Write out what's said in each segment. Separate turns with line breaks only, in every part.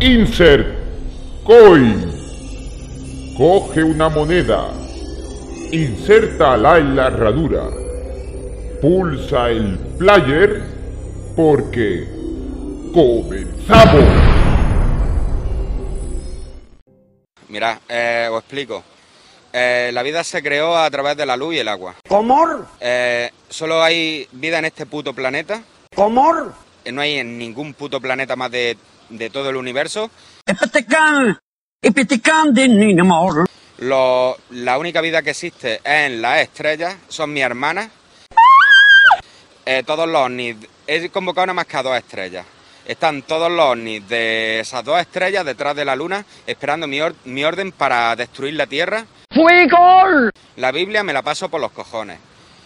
Insert Coin. Coge una moneda. Insértala en la herradura. Pulsa el player porque comenzamos.
Mirá, eh, os explico. Eh, la vida se creó a través de la luz y el agua.
¿Comor?
Eh, solo hay vida en este puto planeta.
¿Comor?
Eh, No hay en ningún puto planeta más de, de todo el universo.
Epeticán, epeticán de Ninamor.
Lo- la única vida que existe es en las estrellas. Son mis hermanas. Eh, todos los ovnis. He convocado nada más que a dos estrellas. Están todos los ovnis de esas dos estrellas detrás de la luna esperando mi, or- mi orden para destruir la Tierra.
¡Fuego!
La Biblia me la paso por los cojones.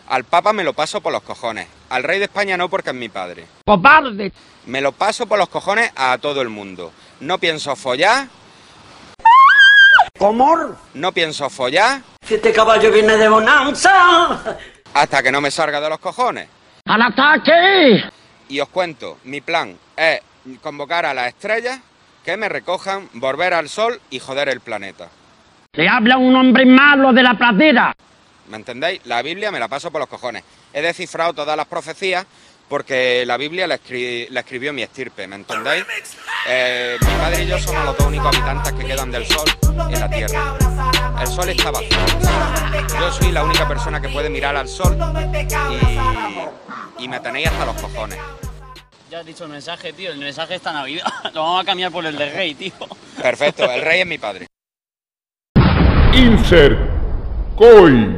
Al Papa me lo paso por los cojones. Al Rey de España no porque es mi padre.
¡Cobarde!
Me lo paso por los cojones a todo el mundo. No pienso follar,
¿Comor?
no pienso follar
Si este caballo viene de bonanza.
hasta que no me salga de los cojones.
¡Al ataque!
Y os cuento, mi plan es convocar a las estrellas que me recojan, volver al sol y joder el planeta.
Le habla un hombre malo de la pradera.
¿Me entendéis? La Biblia me la paso por los cojones. He descifrado todas las profecías porque la Biblia la, escri- la escribió mi estirpe, ¿me entendéis? Eh, mi padre y yo somos los dos únicos habitantes que quedan del sol en la tierra. El sol está vacío. Yo soy la única persona que puede mirar al sol y, y me tenéis hasta los cojones.
Ya has dicho el mensaje, tío. El mensaje esta Navidad. Lo vamos a cambiar por el de Rey, tío.
Perfecto, el rey es mi padre.
Insert Coin.